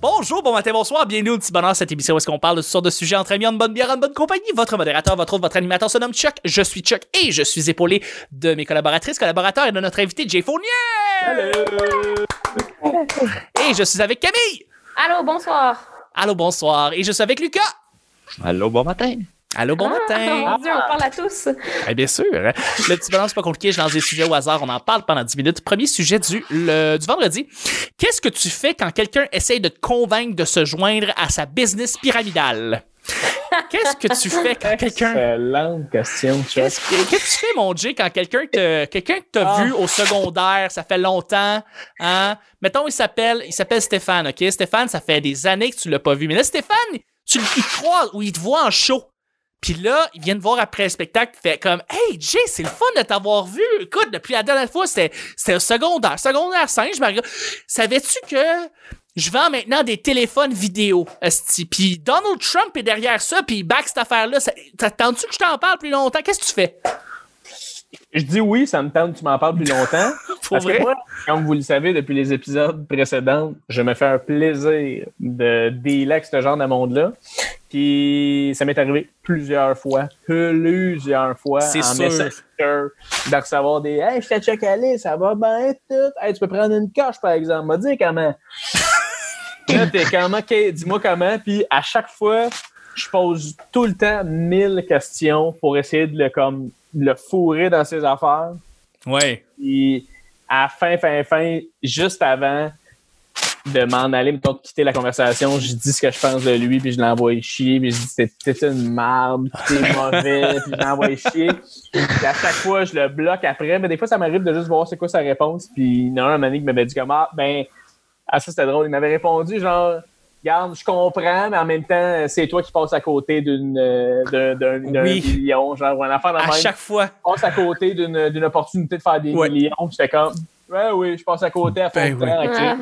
Bonjour, bon matin, bonsoir, bienvenue au petit bonheur cette émission où est-ce qu'on parle de toutes sortes de sujets entre amis, en bonne bière, en bonne compagnie. Votre modérateur, votre autre, votre animateur se nomme Chuck. Je suis Chuck et je suis épaulé de mes collaboratrices, collaborateurs et de notre invité Jay Fournier. Et je suis avec Camille. Allô, bonsoir. Allô, bonsoir. Et je suis avec Lucas. Allô, bon matin. Allô, Ah. bon matin. Mon Dieu, on parle à tous. Eh bien sûr. hein. Le petit bonheur, c'est pas compliqué. Je lance des sujets au hasard. On en parle pendant 10 minutes. Premier sujet du, le- du vendredi. Qu'est-ce que tu fais quand quelqu'un essaye de te convaincre de se joindre à sa business pyramidale? Qu'est-ce que tu fais quand quelqu'un... Excellente question, Chuck. Qu'est-ce que, qu'est-ce que tu fais, mon Jay, quand quelqu'un te, quelqu'un que t'as vu au secondaire, ça fait longtemps, hein? Mettons, il s'appelle, il s'appelle Stéphane, OK? Stéphane, ça fait des années que tu l'as pas vu. Mais là, Stéphane, tu le il te croise ou il te voit en show. Puis là, il vient te voir après le spectacle, il fait comme Hey Jay, c'est le fun de t'avoir vu. Écoute, depuis la dernière fois, c'était, c'était au secondaire, secondaire 5, je me regarde. Savais-tu que je vends maintenant des téléphones vidéo, esti? Puis Donald Trump est derrière ça, puis il back cette affaire-là. Ça- T'attends-tu que je t'en parle plus longtemps? Qu'est-ce que tu fais? Je dis oui, ça me tente, tu m'en parles plus longtemps. Pour Parce vrai? que moi, comme vous le savez depuis les épisodes précédents, je me fais un plaisir de dealer avec ce genre de monde-là. Puis ça m'est arrivé plusieurs fois, plusieurs fois C'est en sûr. messenger, de recevoir des Hey, je t'ai checké aller, ça va bien tout. Hey, tu peux prendre une coche, par exemple. M'a dit comment. Là, t'es comme OK, dis-moi comment. Puis à chaque fois, je pose tout le temps mille questions pour essayer de le, comme, de le fourrer dans ses affaires. Ouais. Puis à la fin, fin, fin, juste avant de m'en aller, mettons, de quitter la conversation, je dis ce que je pense de lui, puis je l'envoie chier, puis je dis t'es- t'es une marde, puis t'es mauvais, puis je l'envoie chier. Puis à chaque fois, je le bloque après, mais des fois, ça m'arrive de juste voir c'est quoi sa réponse, puis il y en a un moment donné qui m'avait dit comme ah, ben, ah, ça c'était drôle, il m'avait répondu genre. Garde, je comprends, mais en même temps, c'est toi qui passes à côté d'une euh, d'un d'un- d'un Oui. million, genre ou un enfant de À même chaque fois. passe à côté d'une d'une opportunité de faire des Ouais. millions. J'étais comme, ouais, oui, je passe à côté à Ben fond de temps, Ah, ok.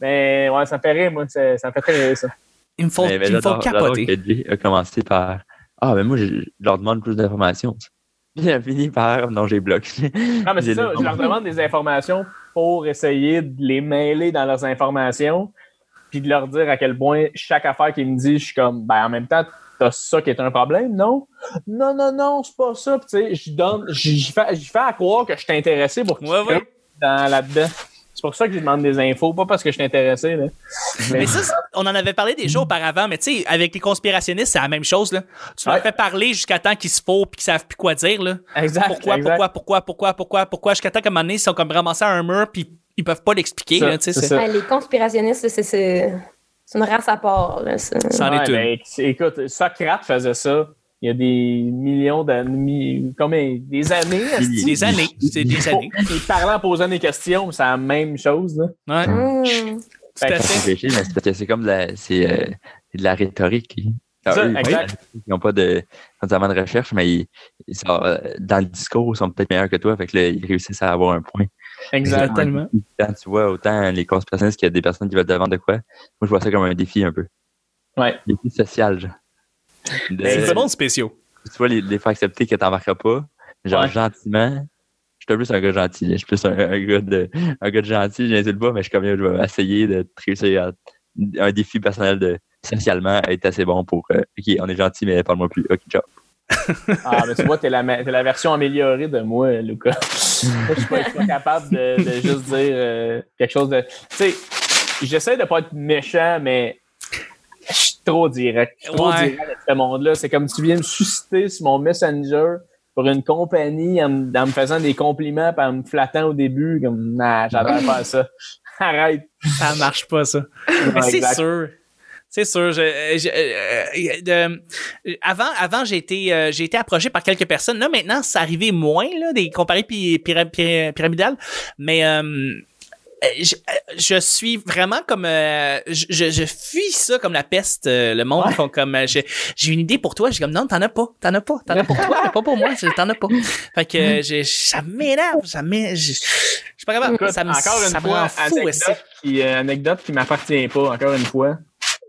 Mais ouais, ça me fait rire, moi. Ça, ça me fait très rire, ça. Il me faut, Mais- mais il me faut Ben, j'adore- j'adore capoter. que Jay a commencé par Ah, mais moi, je, je leur demande plus d'informations. Puis il a fini par Non, j'ai bloqué. Non, Ah, mais c'est J'ai ça. les Je leur demande des informations pour essayer de les mêler dans leurs informations puis de leur dire à quel point chaque affaire qu'ils me disent, je suis comme, ben, en même temps, t'as ça qui est un problème, non? Non, non, non, c'est pas ça. Puis, tu sais, je donne, j'y fais, j'y fais à croire que je suis intéressé pour que Ouais, ouais. dans là-dedans. C'est pour ça que je demande des infos, pas parce que je suis intéressé, là. Mais ça, c'est- on en avait parlé déjà auparavant, mais tu sais, avec les conspirationnistes, c'est la même chose. Là. Tu leur Ouais. fais parler jusqu'à temps qu'ils se font et qu'ils savent plus quoi dire. Là. Exact. Pourquoi, exact. pourquoi, pourquoi, pourquoi, pourquoi, pourquoi, jusqu'à temps qu'à un moment donné, ils sont comme ramassés à un mur puis ils peuvent pas l'expliquer. Ça, là, tu sais, c'est c'est- ça. Ah, les conspirationnistes, c'est- c'est c'est une race à part. là, ça. C'en Ouais, est une. ben, éc- écoute, Socrate faisait ça il y a des millions d'années, combien, des années, C'est esti? des années. C'est des années. Il parlait en posant des questions, c'est la même chose. Là. Ouais, Mm. tout à Ben, fait. J'ai réfléchi, mais c'est parce que c'est comme de la, c'est, euh, c'est de la rhétorique. Ah, Ça, eux, ils- exact. Ils n'ont pas de, notamment de recherche, mais ils, ils sont, euh, dans le discours, ils sont peut-être meilleurs que toi, fait que là, ils réussissent à avoir un point. Exact. Totalement. Quand tu vois autant les conspirationnistes qu'il y a des personnes qui veulent te vendre de quoi, moi, je vois ça comme un défi un peu. Ouais. Défi social, genre. De- Ben, C'est bon, spéciaux. tu vois, les, les faire accepter que t'embarqueras pas, genre Ouais. gentiment. Je suis plus un gars gentil. là. Je suis plus un, un gars, de, un gars de gentil, je l'insulte pas, mais je suis comme je vais essayer de te réussir à- un défi personnel de socialement être assez bon pour euh, OK, on est gentil, mais parle-moi plus. OK, ciao. Ah, mais tu vois, t'es la, ma- t'es la version améliorée de moi, Lucas. Moi, je suis pas, je suis pas capable de, de juste dire euh, quelque chose de. Tu sais, j'essaie de pas être méchant, mais je suis trop direct. Je suis trop Ouais. direct avec ce monde-là. C'est comme tu viens me susciter sur mon Messenger pour une compagnie en, me- en me faisant des compliments pis en me flattant au début. Comme, nah, j'avais pas à ça. Arrête. Ça marche pas, ça. Mais Ouais, c'est exact. sûr. C'est sûr. je- je- euh, euh, euh, avant, avant j'ai été, euh, j'ai été approché par quelques personnes. Là, maintenant, ça arrivait moins, là, des compagnies py- pyra- pyra- pyramidales. Mais euh, euh, je, euh, je suis vraiment comme. euh, je, je- je fuis ça comme la peste, euh, le monde. Ils font comme. euh, je- j'ai une idée pour toi. J'ai comme, non, t'en as pas. T'en as pas. T'en as pour toi, mais pas pour moi. je- T'en as pas. Fait que Mm. euh, j'ai- ça m'énerve. Ça m'é- Je je suis pas capable. Écoute, ça me, encore une ça me fois, rend fou. esti. anecdote qui, euh, anecdote qui m'appartient pas, encore une fois.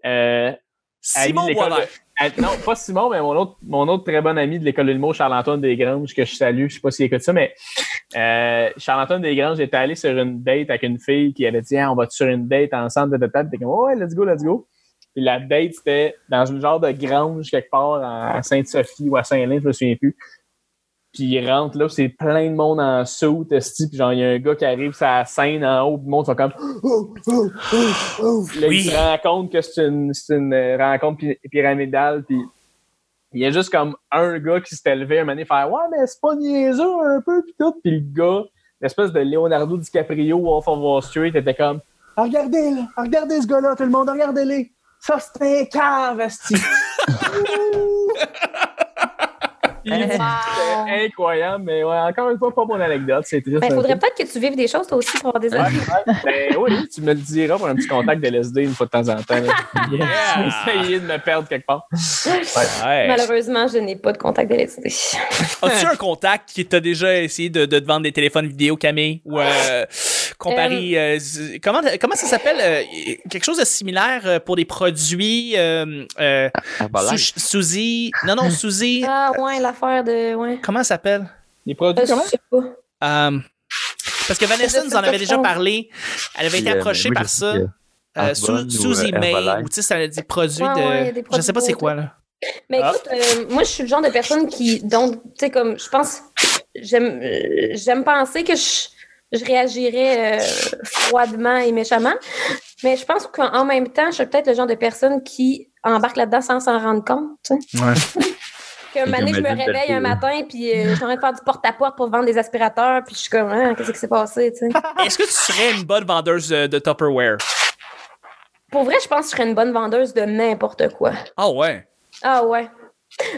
Euh, Ami Simon de l'école Boisvert. de- Ah, non, pas Simon, mais mon autre, mon autre très bon ami de l'école de l'humour, Charles-Antoine Desgranges, que je salue, je sais pas s'il écoute ça, mais euh, Charles-Antoine Desgranges était allé sur une date avec une fille qui avait dit ah, on va sur une date ensemble, de table, t'es comme ouais, let's go, let's go. Puis la date, c'était dans une genre de grange quelque part à Sainte-Sophie ou à Saint-Lin, je me souviens plus. Puis il rentre là, c'est plein de monde en saut, esti, puis genre il y a un gars qui arrive sa scène en haut, puis le monde sont comme oh, oh, oh, oh. Là, Oui. il se rend compte que c'est une, c'est une euh, rencontre pi- pyramidale, puis il y a juste comme un gars qui s'était levé un moment donné, faire ouais mais c'est pas niaiseux un peu puis tout, puis le gars, l'espèce de Leonardo DiCaprio Wolf of Wall Street était comme Ah, regardez là, Ah, regardez ce gars-là tout le monde, regardez-les, ça c'est un cave, esti. Il est Wow. incroyable, mais ouais, encore une fois, pas bonne anecdote. C'est triste. Ah. Ben, un faudrait peut-être que tu vives des choses, toi aussi, pour avoir des peu. amis. Ouais, ouais. Ben oui, tu me le diras pour un petit contact de LSD une fois de temps en temps. là. Yeah. Essayer de me perdre quelque part. Ouais. Malheureusement, je n'ai pas de contact de LSD. As-tu un contact qui t'a déjà essayé de, de te vendre des téléphones vidéo, Camille? Ou euh, comparé. euh, z- comment, comment ça s'appelle? euh, quelque chose de similaire euh, pour des produits. Euh, euh, Herbalife. Sush- Suzy. Non, non, Suzy. Ah, ouais, l'affaire de. Ouais. comment ça s'appelle? Les produits, Euh, comment? Je sais pas. Euh, parce que Vanessa nous en avait déjà parlé. Elle avait été Puis, euh, approchée moi, je par sais ça. que Euh, Arbonne Su- ou, Suzy euh, May, Herbalife. ou tu sais, ça dit produit Ouais, de. ouais, des je sais pas produits c'est beauté. quoi, là. Mais Ah. écoute, euh, moi, je suis le genre de personne qui. Donc, tu sais, comme, je pense. J'aime euh, j'aime penser que je, je réagirais euh, froidement et méchamment. Mais je pense qu'en en même temps, je suis peut-être le genre de personne qui embarque là-dedans sans s'en rendre compte. tu sais. Ouais. Qu'un moment donné, je me J'imagine tel réveille que- un matin, puis euh, je suis en train de faire du porte-à-porte pour vendre des aspirateurs, puis je suis comme, Hein, qu'est-ce qui s'est passé, tu sais. Est-ce que tu serais une bonne vendeuse euh, de Tupperware? Pour vrai, je pense que je serais une bonne vendeuse de n'importe quoi. Ah ouais. Ah ouais.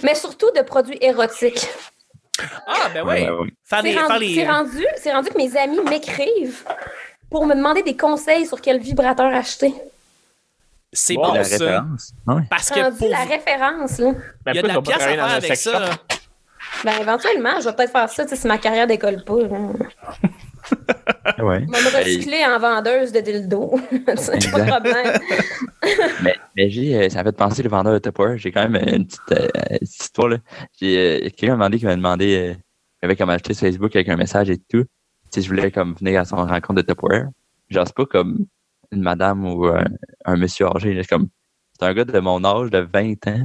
Mais surtout de produits érotiques. Ah, ben Ouais, oui. ouais, ouais. Faire des. C'est faire rendu, les- euh, c'est rendu, c'est rendu que mes amis m'écrivent pour me demander des conseils sur quel vibrateur acheter. C'est Wow, bon, La ça. référence. Ah Ouais. Parce que Rendu pour. la référence, là. Ben, Il y a de pourquoi la ils vont pas pièce à travailler faire dans un avec sex ça. shop? là. Ben, éventuellement, je vais peut-être faire ça tu sais, si ma carrière décolle pas. là. Je vais Ouais. me recycler en vendeuse de dildo. C'est pas de problème. Mais, mais j'ai, euh, ça m'a fait penser le vendeur de Tupperware. J'ai quand même euh, une petite euh, euh, petite histoire. Là. J'ai, euh, quelqu'un m'a demandé qui m'a demandé euh, j'avais comme acheté sur Facebook avec un message et tout. Si je voulais comme venir à son rencontre de Tupperware. Genre, c'est pas comme une madame ou un, un monsieur âgé. là. C'est comme c'est un gars de mon âge de 20 ans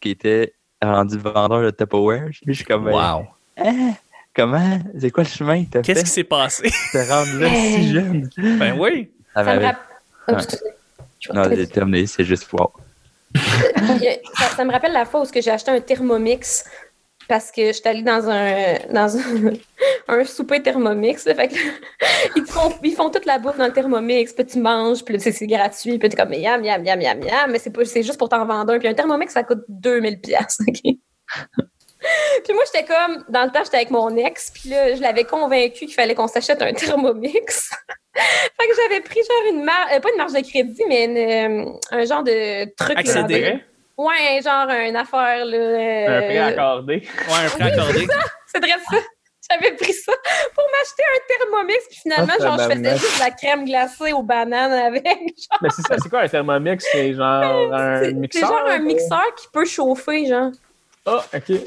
qui était rendu vendeur de Tupperware. Puis Je suis comme euh, Wow. Hein? comment? C'est quoi le chemin que t'as fait Qu'est-ce qui s'est passé? pour te rendre là si jeune? ben oui. Ça me m'avait- rappelle. Oh, Ouais. excusez. Je vais Ah Non, peut-être- j'ai terminé, c'est juste wow. ça, ça me rappelle la fois où est-ce que j'ai acheté un Thermomix parce que j'étais allée dans un dans un, un souper Thermomix. là. fait que là, ils, te font, ils font toute la bouffe dans le Thermomix, puis tu manges, puis là, tu sais, c'est gratuit, puis t'es comme yam yam yam yam yam, mais c'est pas c'est juste pour t'en vendre un. Puis un Thermomix ça coûte 2000 pièces, OK. Puis moi, j'étais comme, dans le temps, j'étais avec mon ex, puis là, je l'avais convaincu qu'il fallait qu'on s'achète un Thermomix. fait que j'avais pris genre une marge, pas une marge de crédit, mais une, euh, un genre de truc. là, Accédé. de- Ouais, genre une affaire, là. Un euh, prêt accordé. Ouais, un prêt accordé. C'est vrai ça. J'avais pris ça pour m'acheter un thermomix, puis finalement, Ah, genre, je faisais tabarnak. juste de la crème glacée aux bananes avec. Genre, Mais c'est ça, c'est quoi un thermomix? C'est genre un c'est- c'est mixeur? genre un mixeur qui peut chauffer, genre. Ah, ok. Puis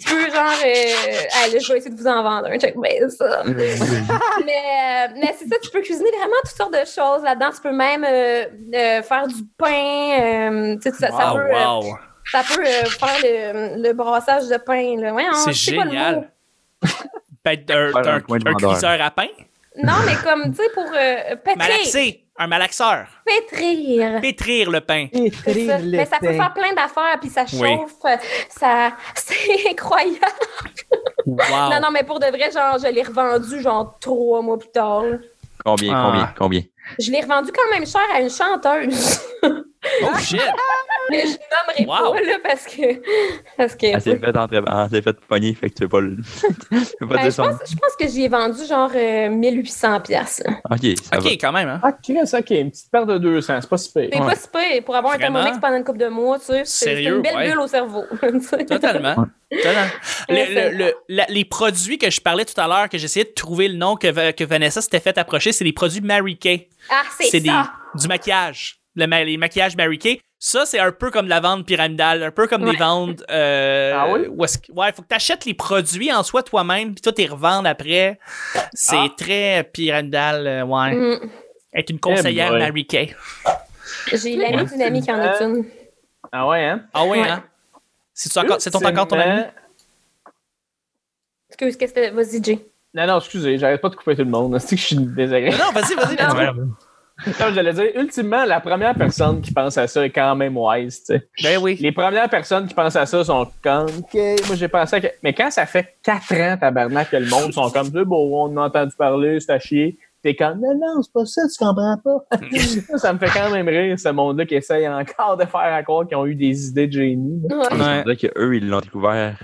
tu peux, genre, euh, ah, là, je vais essayer de vous en vendre un, check, ben, ça. mais euh, mais c'est ça, tu peux cuisiner vraiment toutes sortes de choses là-dedans. Tu peux même euh, euh, faire du pain. euh, tu sais, ça, ça Ah, peut, euh, wow. ça peut euh, faire le, le brassage de pain, là. Voyons, C'est je sais pas le mot. génial. Ben, d'un- Faire d'un- un un coin de vendeur. cuiseur à pain. Non, mais comme, tu sais, pour euh, pétrir. Malaxer. Un malaxeur. Pétrir. Pétrir le pain. C'est ça. Mais ça peut faire plein d'affaires, puis ça Oui. chauffe, euh, ça... c'est incroyable. Wow. Non, non, mais pour de vrai, genre, je l'ai revendu, genre, trois mois plus tard. là. Combien, Ah. combien, combien? Je l'ai revendu quand même cher à une chanteuse. Oh shit. Mais je nommerai Wow. Ah, pas, là, parce que... Parce que... Elle s'est fait, entre... elle s'est fait pogner, fait que tu veux pas le. tu veux pas Ben, je, dire son. pense, je pense que j'y ai vendu genre euh, 1800 pièces. Ok, ça Ok, quand même, hein. Ah, Chris, ok. Une petite paire de 200, c'est pas si pire. C'est pas si pire pour avoir un Vraiment? thermomix pendant une couple de mois, tu sais. C'est c'est Sérieux, une belle ouais. bulle au cerveau. tu sais. Totalement. Totalement. Ouais, Le- c'est- le- le- la- les produits que je parlais tout à l'heure, que j'essayais de trouver le nom que, Va- que Vanessa s'était fait approcher, c'est les produits Mary Kay. Ah, c'est ça! des du maquillage. Le ma- les maquillages Mary Kay. Ça, c'est un peu comme de la vente pyramidale, un peu comme Ouais. des ventes. euh, Ah oui? où est-ce que- ouais, faut que tu achètes les produits en soi toi-même, puis toi, t'es revendre après. C'est Ah. très pyramidal, euh, ouais. Mm. Être une conseillère Eh boy. Mary Kay. J'ai l'ami d'une amie qui en a une. Ah ouais, hein? Ah ouais, Ouais. hein? C'est ton, c'est ton, encore ton ami? Ultimement- Excuse, qu'est-ce que t'as- Vas-y, Jay. Non, non, excusez, j'arrête pas de couper tout le monde. C'est que je suis désagréable. Non, vas-y, vas-y, vas-y. Non, j'allais dire, ultimement, la première personne qui pense à ça est quand même wise, tu sais. Ben oui. Les premières personnes qui pensent à ça sont comme, OK, moi j'ai pensé à... que- Mais quand ça fait 4 ans, tabarnak, que le monde sont comme, c'est beau, on en a entendu parler, c'est à chier. T'es comme, non, non, c'est pas ça, tu comprends pas. ça, ça me fait quand même rire, ce monde-là qui essaye encore de faire à croire qu'ils ont eu des idées de génie. là. Ouais. Ouais. C'est vrai qu'eux, ils l'ont découvert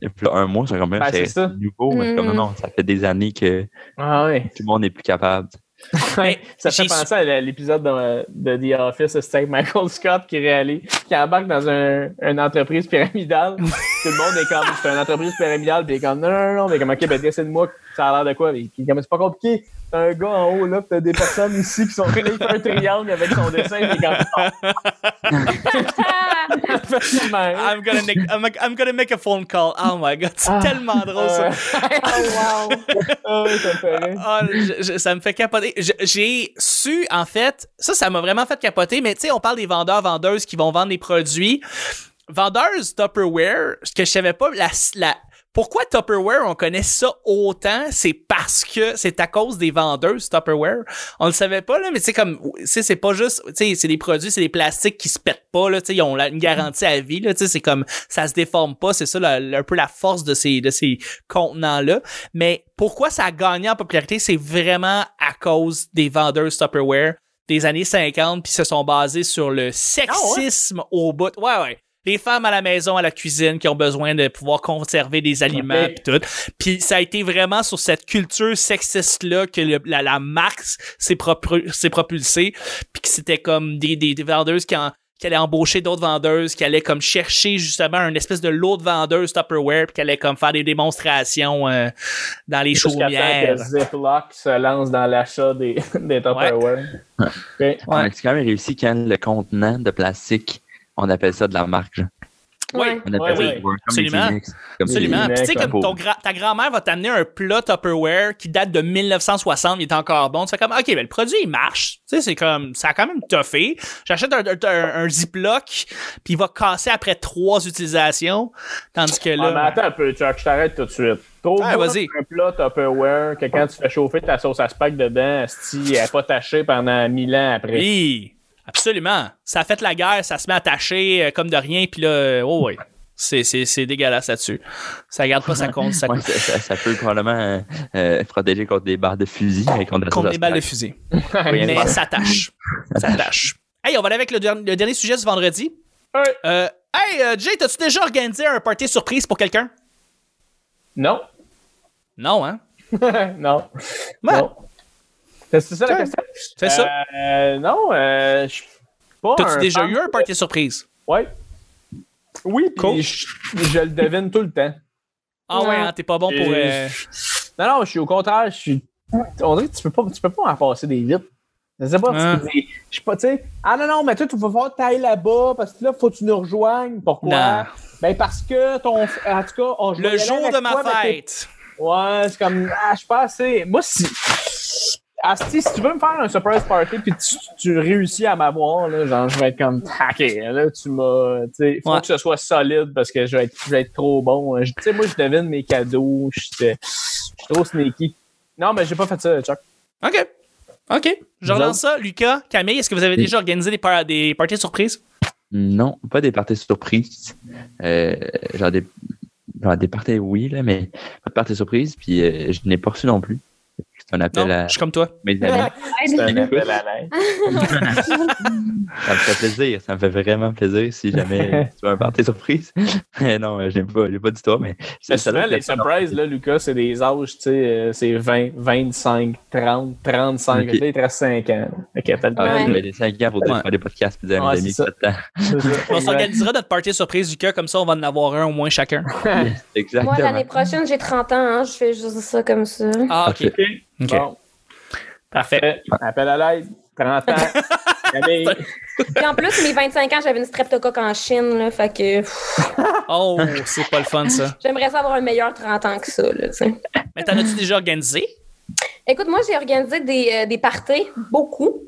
il y a un mois, c'est quand même Ben, c'est ça. nouveau, mais c'est comme Mm. non, non, ça fait des années que Ah ouais. tout le monde n'est plus capable. Mais Ça fait Ben, j'ai su- penser à la- l'épisode de, de The Office, c'est avec Michael Scott qui réalise, qui embarque dans un, une entreprise pyramidale. Tout le monde est comme, c'est une entreprise pyramidale, puis il est comme, non, non, non, non, mais comme, ok, ben, dessine-moi, ça a l'air de quoi? Mais il est comme, c'est pas compliqué. T'as un gars en haut, là, pis t'as des personnes ici qui sont, là, il fait un triangle avec son dessin, puis il est comme, Ah, Ah! facilement. I'm gonna, make, I'm, I'm gonna make a phone call. Oh my god, Ah, c'est Ah, tellement drôle ça. Oh, wow. Ah oui, ça me fait rire. Ah, je- je- ça me fait capoter. Je- J'ai su, en fait, ça, ça m'a vraiment fait capoter, mais tu sais, on parle des vendeurs, vendeuses qui vont vendre des produits. Vendeuses Tupperware, ce que je savais pas, la, la- pourquoi Tupperware, on connaît ça autant, c'est parce que c'est à cause des vendeuses Tupperware. On le savait pas, là, mais tu sais, comme, tu sais, c'est pas juste, tu sais, c'est des produits, c'est des plastiques qui se pètent pas, là, tu sais, ils ont la- une garantie à vie, là, tu sais, c'est comme, ça se déforme pas, c'est ça, la- la- un peu la force de ces, de ces contenants-là. Mais pourquoi ça a gagné en popularité, c'est vraiment à cause des vendeurs Tupperware des années 50 puis se sont basés sur le sexisme au bout. Ouais, ouais. Les femmes à la maison, à la cuisine, qui ont besoin de pouvoir conserver des aliments Mais- puis tout. Puis ça a été vraiment sur cette culture sexiste-là que le- la, la marque s'est, propru- s'est propulsée. Puis que c'était comme des, des, des vendeuses qui, en- qui allaient embaucher d'autres vendeuses, qui allaient comme chercher justement un espèce de lot de vendeuses Tupperware, puis qui allaient comme faire des démonstrations euh, dans les Jusqu'à temps que chaumières. Ziploc se lance dans l'achat des, des Tupperware. Ouais. C'est quand même réussi quand le contenant de plastique, on appelle ça de la marque. genre. Ouais. On appelle Ouais, ça ouais. du work, comme les Absolument. Kleenex, comme les- Absolument. Kleenex, Puis tu sais, la comme ton pauvre. gra- ta grand-mère va t'amener un plat Tupperware qui date de 1960, il est encore bon. Tu fais comme, OK, ben, le produit, il marche. Tu sais, c'est comme, ça a quand même toffé. J'achète un, un, un- un Ziploc, puis il va casser après trois utilisations. Tandis que Ah, mais là. ben- attends un peu, Chuck, je t'arrête tout de suite. Trouve Ouais, vas-y. un plat Tupperware que quand tu fais chauffer ta sauce à spack dedans, si elle n'est pas tachée pendant mille ans après. oui, absolument. Ça a fait la guerre, ça se met attaché euh, comme de rien, puis là, euh, oh ouais. C'est, c'est, c'est dégueulasse là-dessus. Ça garde pas sa compte, ça Ouais, ça, ça- ça peut probablement euh, euh, protéger contre des barres de fusil. mais contre, compte des balles de fusil. fusil. Mais ça tâche. Ça tâche. Hey, on va aller avec le, der- le dernier sujet du vendredi. Ouais. Euh, hey, euh, Jay, t'as-tu déjà organisé un party surprise pour quelqu'un? Non. Non, hein? non. Ouais. Non. C'est c'est ça la question? C'est ça. Euh, non, euh, je suis pas. T'as-tu un déjà fan eu un de- party surprise? Ouais. Oui, puis Cool. je, je le devine tout le temps. Ah Non. ouais, hein, t'es pas bon pour... Euh, euh, Non, non, je suis au contraire, je suis. On dirait que tu peux pas, tu peux pas en passer des vitres. Je sais pas, Hein. tu dis- je sais pas, tu sais. Ah non, non, mais toi, tu vas falloir que t'ailles là-bas parce que là, faut que tu nous rejoignes. Pourquoi? Non. Ben parce que ton. En tout cas, on je vais y Le aller jour avec de ma toi, mais t'es- fête. Ouais, c'est comme. Ah, je suis pas assez. Moi, si. Asti, si tu veux me faire un surprise party puis tu, tu réussis à m'avoir, là, genre, je vais être comme, ok, là, tu m'as, tu sais, faut Ouais. que ce soit solide parce que je vais être, je vais être trop bon. hein. Je- Tu sais, moi, je devine mes cadeaux, je suis euh, je suis trop sneaky. Non, mais j'ai pas fait ça, Chuck. OK. OK. Je Vous relance ça. Lucas, Camille, est-ce que vous avez Oui. déjà organisé des, par- des parties surprises? Non, pas des parties surprises. Euh, genre des, genre des parties, oui, là, mais pas de parties surprises. Puis euh, je n'ai pas reçu non plus. C'est un appel Non, à je suis comme toi. mes amis. C'est un Salut. appel à l'aide. Ça me fait plaisir. Ça me fait vraiment plaisir si jamais tu veux un party surprise. Mais non, euh, je n'ai pas, j'ai pas d'histoire, mais Mais ça- ça doit souvent, être les le fun. surprises, là, Lucas, c'est des âges, tu sais, euh, c'est 20, 25, 30, 35. Ok. Là, il te reste 5 ans. Ok, t'as le temps. Ah, Ouais. ouais. mais les 5 ans pour Ouais. faire des podcasts puis dire à Ouais, mes amis c'est que t'attends. C'est ça. On s'organisera notre party surprise, Lucas, comme ça, on va en avoir un au moins chacun. Exactement. Moi, l'année prochaine, j'ai 30 ans. hein, Je fais juste ça comme ça. hein. Ah, OK. Parfait. OK. Bon. Euh, Parfait. Appel à l'aide. 30 ans. J'avais- Puis en plus, mes 25 ans, j'avais une streptocoque en Chine, là, fait que pff, Oh, c'est pas le fun, ça. j'aimerais ça avoir un meilleur 30 ans que ça, là, tu sais. Mais t'en as-tu déjà organisé? Écoute, moi, j'ai organisé des, euh, des parties, beaucoup,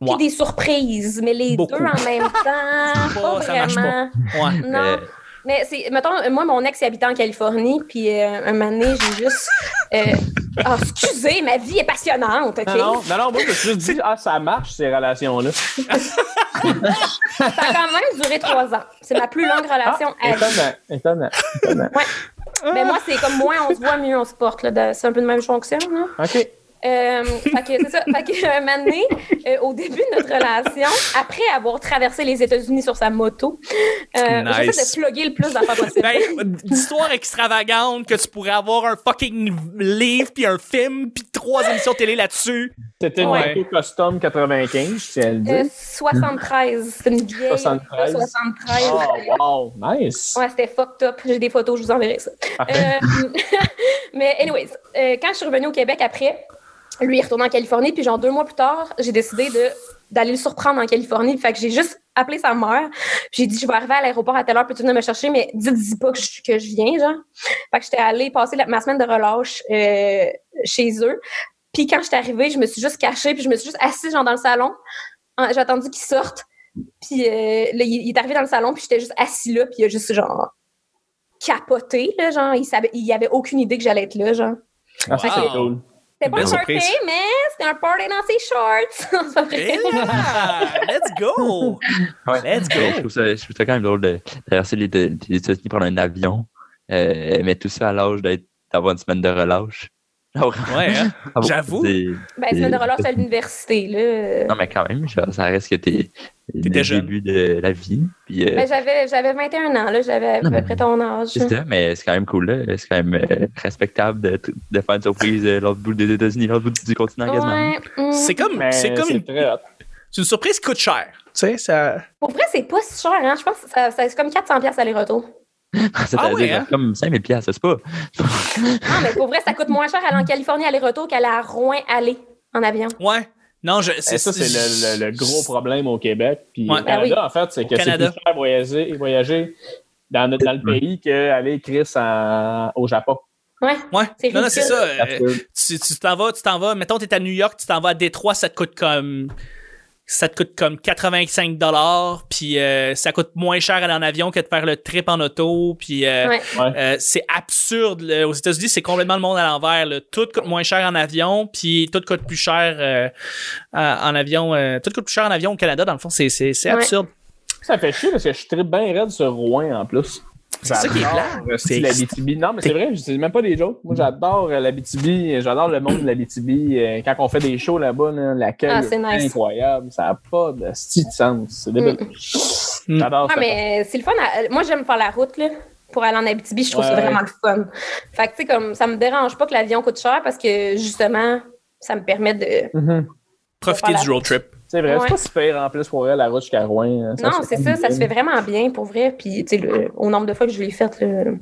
puis Ouais. des surprises, mais les Beaucoup. deux en même temps, pas ça marche pas. vraiment. Ouais. Non. Euh, Mais c'est, mettons, moi, mon ex, il habitait en Californie, puis euh, un moment donné, j'ai juste. euh, Ah, excusez, ma vie est passionnante, OK? Non, non, non, non, moi, je me suis juste dit, ah, ça marche, ces relations-là. Ça a quand même duré trois ans. C'est ma plus longue Ah, relation à vie. étonnant, étonnant, étonnant. Mais moi, c'est comme moins on se voit, mieux on se porte. Là, de- c'est un peu de même fonction. Là. OK. Euh, fait que c'est ça. Fait que, un moment donné, euh, au début de notre relation, après avoir traversé les États-Unis sur sa moto, euh, Nice. j'essaie de plugger le plus d'affaires possible. Ben, d'histoire extravagante que tu pourrais avoir un fucking livre, puis un film, puis trois émissions télé là-dessus. C'était une Ouais. moto custom 95, je tiens à le Euh, dire. 73. C'est une vieille. 73. 73. Oh, wow, nice. Ouais, c'était fucked up. J'ai des photos, je vous enverrai ça. Parfait. Euh, mais anyways, euh, quand je suis revenue au Québec après, lui est retourné en Californie, puis genre deux mois plus tard, j'ai décidé de d'aller le surprendre en Californie. Fait que j'ai juste appelé sa mère. J'ai dit, je vais arriver à l'aéroport à telle heure, peux-tu venir me chercher? Mais dites-y pas que je, que je viens, genre. Fait que j'étais allée passer la- ma semaine de relâche euh, chez eux. Puis quand j'étais arrivée, je me suis juste cachée, puis je me suis juste assise genre dans le salon. En- J'ai attendu qu'il sorte. Puis euh, là, il, il est arrivé dans le salon, puis j'étais juste assise là, puis il a juste genre capoté, là, genre. Il savait, il avait aucune idée que j'allais être là, genre. Ah, ça, c'est Wow. cool. C'était pas Belle un party, surprise. mais c'était un party dans ses shorts. C'est pas vrai. Eh là! Let's go! Let's Mais je, go! trouve ça, je trouve ça quand même drôle de traverser les les États-Unis, prendre un avion, euh, mais tout ça à l'âge d'être- d'avoir une semaine de relâche. Genre, Ouais, hein? avoir- J'avoue. c'est- Ben, semaine de relâche à l'université, là. Eh? Non, mais quand même, genre, ça reste que t'es T'étais le jeune. début de la vie. Puis, euh, Ben, j'avais, j'avais 21 ans, là. J'avais à Non, peu mais- près ton âge. c'est ça, mais c'est quand même cool, là. C'est quand même euh, respectable de, de faire une surprise euh, l'autre bout des États-Unis, l'autre bout du continent quasiment. Ouais, mm. C'est comme, Mais c'est comme une, très hot. c'est une surprise qui coûte cher. Tu sais, ça. Pour vrai, c'est pas si cher, hein. Je pense que ça, ça- c'est comme 400$ piastres aller-retour. C'est-à-dire Ah ouais, hein? comme 5000 pièces, c'est pas. Non, mais pour vrai, ça coûte moins cher aller en Californie aller-retour qu'aller à Rouen aller en avion. Ouais. Non, je. Et Eh, ça, c'est le, le- le gros problème au Québec. Puis Ouais. au Canada, Ben en fait, c'est Au que c'est Canada. plus cher voyager, voyager dans, notre- dans le pays qu'aller Chris en- au Japon. Ouais. Ouais. C'est Non, non, c'est ridicule. ça. euh, Parce que- tu tu t'en vas, tu t'en vas. Mettons, t'es à New York, tu t'en vas à Détroit, ça te coûte comme. Ça te coûte comme 85 dollars, puis euh, ça coûte moins cher aller en avion que de faire le trip en auto, puis euh, Ouais. Ouais. euh, c'est absurde. là. Aux États-Unis, c'est complètement le monde à l'envers. là. Tout coûte moins cher en avion, puis tout coûte plus cher euh, à- en avion. euh, tout coûte plus cher en avion au Canada. Dans le fond, c'est c'est- c'est Ouais. absurde. Ça fait chier parce que je tripe bien raide sur Rouen en plus. euh, C'est ça qui est plat. C'est la BTB. Non, mais c'est vrai, je dis même pas des jokes. Moi, j'adore la BTB. J'adore le monde de la BTB. Euh, Quand on fait des shows là-bas, là, l'accueil Ah, est c'est nice. incroyable. Ça n'a pas de style de sens. C'est débile. Mm. J'adore Ah, ça. mais c'est le fun. à- Moi, j'aime faire la route, là. Pour aller en Abitibi, je trouve Ouais, ça ouais. vraiment le fun. Fait que, tu sais, comme, ça me dérange pas que l'avion coûte cher parce que, justement, ça me permet de. Mhm. Profiter du road trip. C'est vrai, Ouais. c'est pas si pire en plus pour elle, la route jusqu'à Rouen. hein. non, se c'est ça, fait ça se bien. fait vraiment bien, pour vrai. Puis, tu sais, le- au nombre de fois que je l'ai faite, le...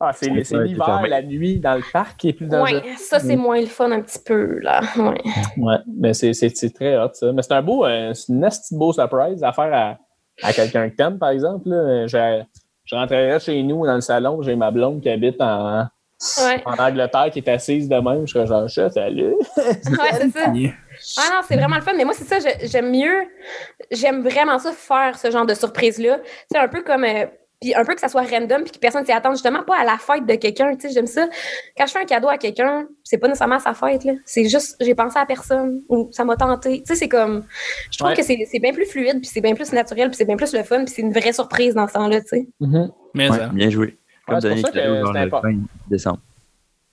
Ah, c'est c'est Ouais, l'hiver, fermé. la nuit, dans le parc qui est plus dangereux. ouais, ça, c'est moins le fun un petit peu, là. Ouais. Ouais, mais c'est- c'est c'est très hot, ça. Mais c'est un beau, euh, c'est une nasty beau surprise à faire à, à quelqu'un que t'aimes, par exemple. là. Euh, Je, je rentrerais chez nous dans le salon, j'ai ma blonde qui habite en, Ouais, en Angleterre qui est assise de même. Je serais genre, Chat, salut. ouais c'est ça. Ah non, c'est vraiment le fun. Mais moi, c'est ça, je- j'aime mieux. J'aime vraiment ça, faire ce genre de surprise-là. C'est un peu comme. euh, puis un peu que ça soit random, puis que personne s'y attende, justement, pas à la fête de quelqu'un. Tu sais, j'aime ça. Quand je fais un cadeau à quelqu'un, c'est pas nécessairement à sa fête, là. C'est juste, j'ai pensé à personne, ou ça m'a tenté. Tu sais, c'est comme. Je trouve Ouais. que c'est c'est bien plus fluide, puis c'est bien plus naturel, puis c'est bien plus le fun, puis c'est une vraie surprise dans ce temps-là, tu sais. Mhm. Mais Ouais, ça. bien joué. Mm-hmm. Comme Ouais, c'est donner pour ça que cadeau genre c'est le important. 20 décembre.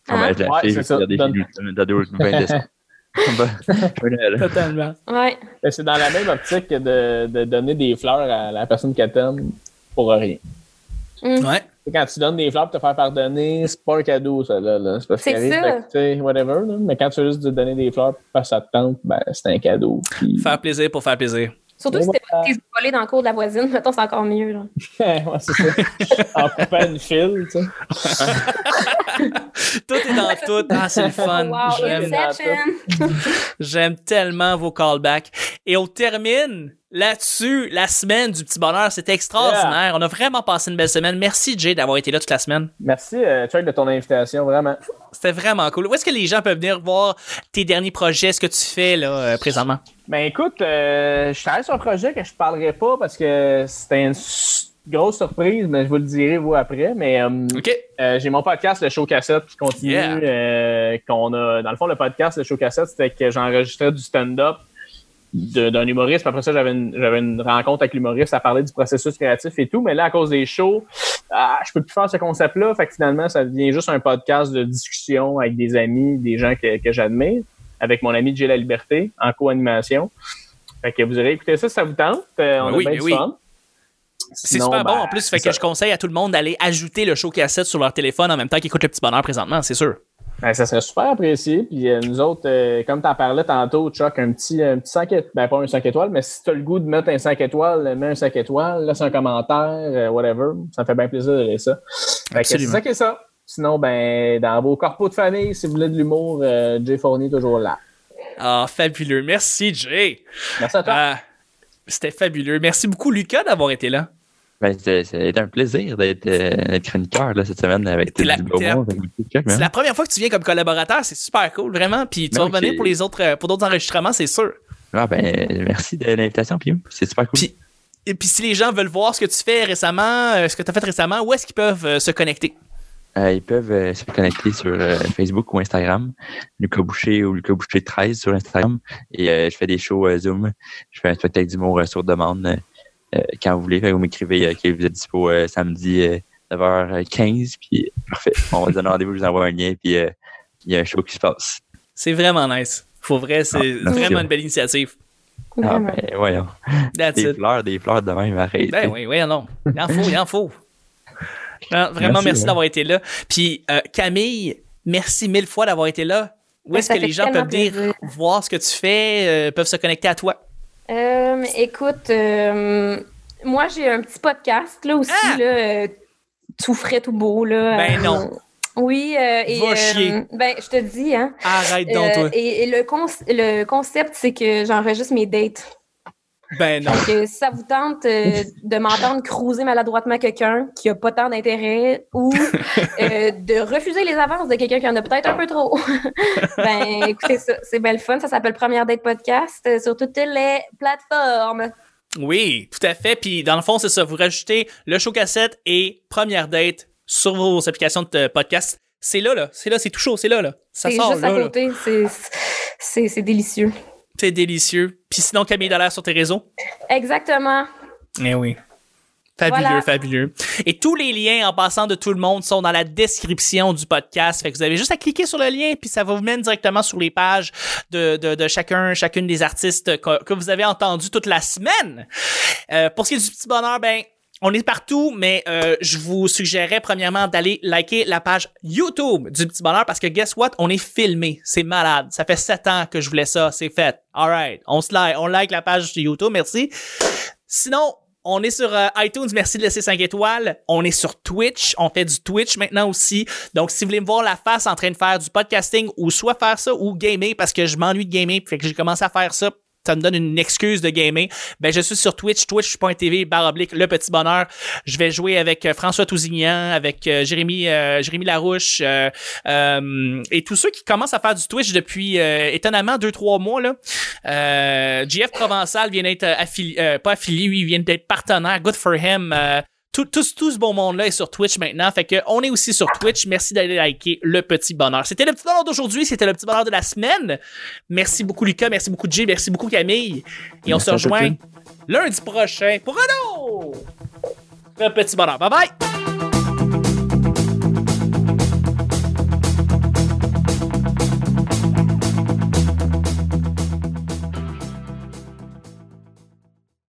Ah, Hein? ben, je l'ai Ouais, acheté, c'est je ça, regardé chez donne. nous, donne un cadeau le 20 décembre. Ben, joyeux Noël. Totalement. Hein? Ouais. Mais C'est dans la même optique que de, de donner des fleurs à la personne que t'aimes pour rien. Ouais. Quand tu donnes des fleurs pour te faire pardonner, c'est pas un cadeau, ça. Là, là. C'est parce C'est qu'il arrive, ça. fait que, tu sais, whatever. là. Mais quand tu as juste de donner des fleurs parce que ça te tente, ben, c'est un cadeau. Puis- Faire plaisir pour faire plaisir. Surtout si t'es euh, t'es volé dans le cours de la voisine, mettons, c'est encore mieux, là. ouais, c'est ça. en coupant une file, tu sais. Tout est dans tout. Ah, c'est le fun. Wow, J'aime, Inception! j'aime tellement vos callbacks. Et on termine là-dessus la semaine du petit bonheur. C'était extraordinaire. On a vraiment passé une belle semaine. Merci, Jay, d'avoir été là toute la semaine. Merci, euh, Chuck, de ton invitation, vraiment. C'était vraiment cool. Où est-ce que les gens peuvent venir voir tes derniers projets, ce que tu fais là euh, présentement? Ben écoute, euh, je travaille sur un projet que je parlerai pas parce que c'était une s- grosse surprise, mais je vous le dirai vous après. Mais euh, OK. euh, j'ai mon podcast, le show cassette, qui continue. Yeah. euh, qu'on a, dans le fond, le podcast, le show cassette, c'était que j'enregistrais du stand-up de- d'un humoriste. Puis Après ça, j'avais une, j'avais une rencontre avec l'humoriste à parler du processus créatif et tout. Mais là, à cause des shows, ah, je peux plus faire ce concept-là. Fait que finalement, ça devient juste un podcast de discussion avec des amis, des gens que, que j'admire, avec mon ami Gilles La Liberté en co-animation. Fait que vous irez écouter ça si ça vous tente. Euh, on Ben a oui, bien ben du oui. fun. C'est Sinon, super ben, bon en plus, fait c'est que ça. je conseille à tout le monde d'aller ajouter le show cassette sur leur téléphone en même temps qu'ils écoutent le petit bonheur présentement, c'est sûr. Ben, ça serait super apprécié. Puis euh, nous autres, euh, comme tu en parlais tantôt, Chuck, un petit, un petit 5 étoiles, ben, pas un 5 étoiles, mais si tu as le goût de mettre un 5 étoiles, euh, mets un 5 étoiles, laisse un commentaire, euh, whatever. Ça me fait bien plaisir de lire ça. Fait que Absolument. C'est ça qui est ça. Sinon, ben, dans vos corpos de famille, si vous voulez de l'humour, euh, Jay Fournier est toujours là. Ah, fabuleux. Merci, Jay. Merci à toi. Ah, C'était fabuleux. Merci beaucoup, Lucas, d'avoir été là. Ben, c'est- c'est un plaisir d'être euh, d'être chroniqueur là, cette semaine avec T'es la- Ted Beaumont, hein? t'es la- avec Boutique Chuck, C'est man. la première fois que tu viens comme collaborateur, c'est super cool, vraiment. Puis tu Ben vas oui, revenir c'est- pour les autres euh, pour d'autres enregistrements, c'est sûr. Ah, ben, merci de l'invitation, puis oui, c'est super cool. Puis- Et puis si les gens veulent voir ce que tu fais récemment, euh, ce que tu as fait récemment, où est-ce qu'ils peuvent euh, se connecter? Euh, ils peuvent euh, se connecter sur euh, Facebook ou Instagram, Lucas Boucher ou Lucas Boucher 13 sur Instagram. Et euh, je fais des shows euh, Zoom. Je fais un spectacle d'humour euh, sur demande euh, euh, quand vous voulez. Fait que vous m'écrivez euh, que vous êtes dispo euh, samedi euh, 9h15. Puis parfait. On va se donner rendez-vous, je vous envoie un lien. Puis euh, il y a un show qui se passe. C'est vraiment nice. Pour vrai, c'est Ah, merci. vraiment une belle initiative. Ah, Vraiment. ben, voyons. That's Des it. fleurs, des fleurs de même, arrête. Ben oui, oui, non. Il en faut, il en faut. Non, vraiment, merci, Merci, ouais. d'avoir été là. Puis euh, Camille, merci mille fois d'avoir été là. Où Ouais, est-ce Ben, ça que les fait gens peuvent tellement venir plaisir. voir ce que tu fais, euh, peuvent se connecter à toi? Euh, écoute, euh, moi j'ai un petit podcast là aussi, Ah! là, euh, tout frais, tout beau. Là, Ben Euh, non. Oui, euh, et Va euh, chier. ben je te dis, hein. Arrête donc, Euh, toi. et et le, con- le concept, c'est que j'enregistre mes dates. Ben non. Fait que si ça vous tente euh, de m'entendre cruiser maladroitement quelqu'un qui a pas tant d'intérêt ou euh, de refuser les avances de quelqu'un qui en a peut-être un peu trop, ben écoutez ça, c'est belle fun. Ça s'appelle Première Date Podcast euh, sur toutes les plateformes. Oui, tout à fait. Puis dans le fond, c'est ça. Vous rajoutez le show cassette et première date sur vos applications de euh, podcast. C'est là, là. C'est là, c'est tout chaud. C'est là, là. Ça C'est sort juste là, à là. côté. C'est- C'est c'est délicieux. C'est délicieux. Puis sinon, Camille Dallaire sur tes réseaux. Exactement. Eh oui. Fabuleux, Voilà. fabuleux. Et tous les liens en passant de tout le monde sont dans la description du podcast. Fait que vous avez juste à cliquer sur le lien, puis ça va vous mène directement sur les pages de, de, de chacun, chacune des artistes que, que vous avez entendus toute la semaine. Euh, pour ce qui est du petit bonheur, ben. On est partout, mais euh, je vous suggérais premièrement d'aller liker la page YouTube du Petit Bonheur parce que guess what? On est filmé. C'est malade. Ça fait sept ans que je voulais ça. C'est fait. Alright. On se like. On like la page YouTube. Merci. Sinon, on est sur euh, iTunes, merci de laisser 5 étoiles. On est sur Twitch, on fait du Twitch maintenant aussi. Donc, si vous voulez me voir la face en train de faire du podcasting ou soit faire ça ou gamer parce que je m'ennuie de gamer, fait que j'ai commencé à faire ça, ça me donne une excuse de gamer. Ben, je suis sur Twitch, twitch.tv, barre oblique, le petit bonheur. Je vais jouer avec euh, François Tousignan, avec euh, Jérémy, euh, Jérémy Larouche, euh, euh, et tous ceux qui commencent à faire du Twitch depuis euh, étonnamment deux trois mois là. Euh, GF Provençal vient d'être euh, affilié, euh, pas affilié, oui, il vient d'être partenaire. Good for him. Euh, tout, tout, tout ce bon monde-là est sur Twitch maintenant. Fait que on est aussi sur Twitch. Merci d'aller liker le petit bonheur. C'était le petit bonheur d'aujourd'hui. C'était le petit bonheur de la semaine. Merci beaucoup, Lucas. Merci beaucoup, Jay. Merci beaucoup, Camille. Et on Merci se à toi, rejoint Jay. lundi prochain pour un autre petit bonheur. Bye bye!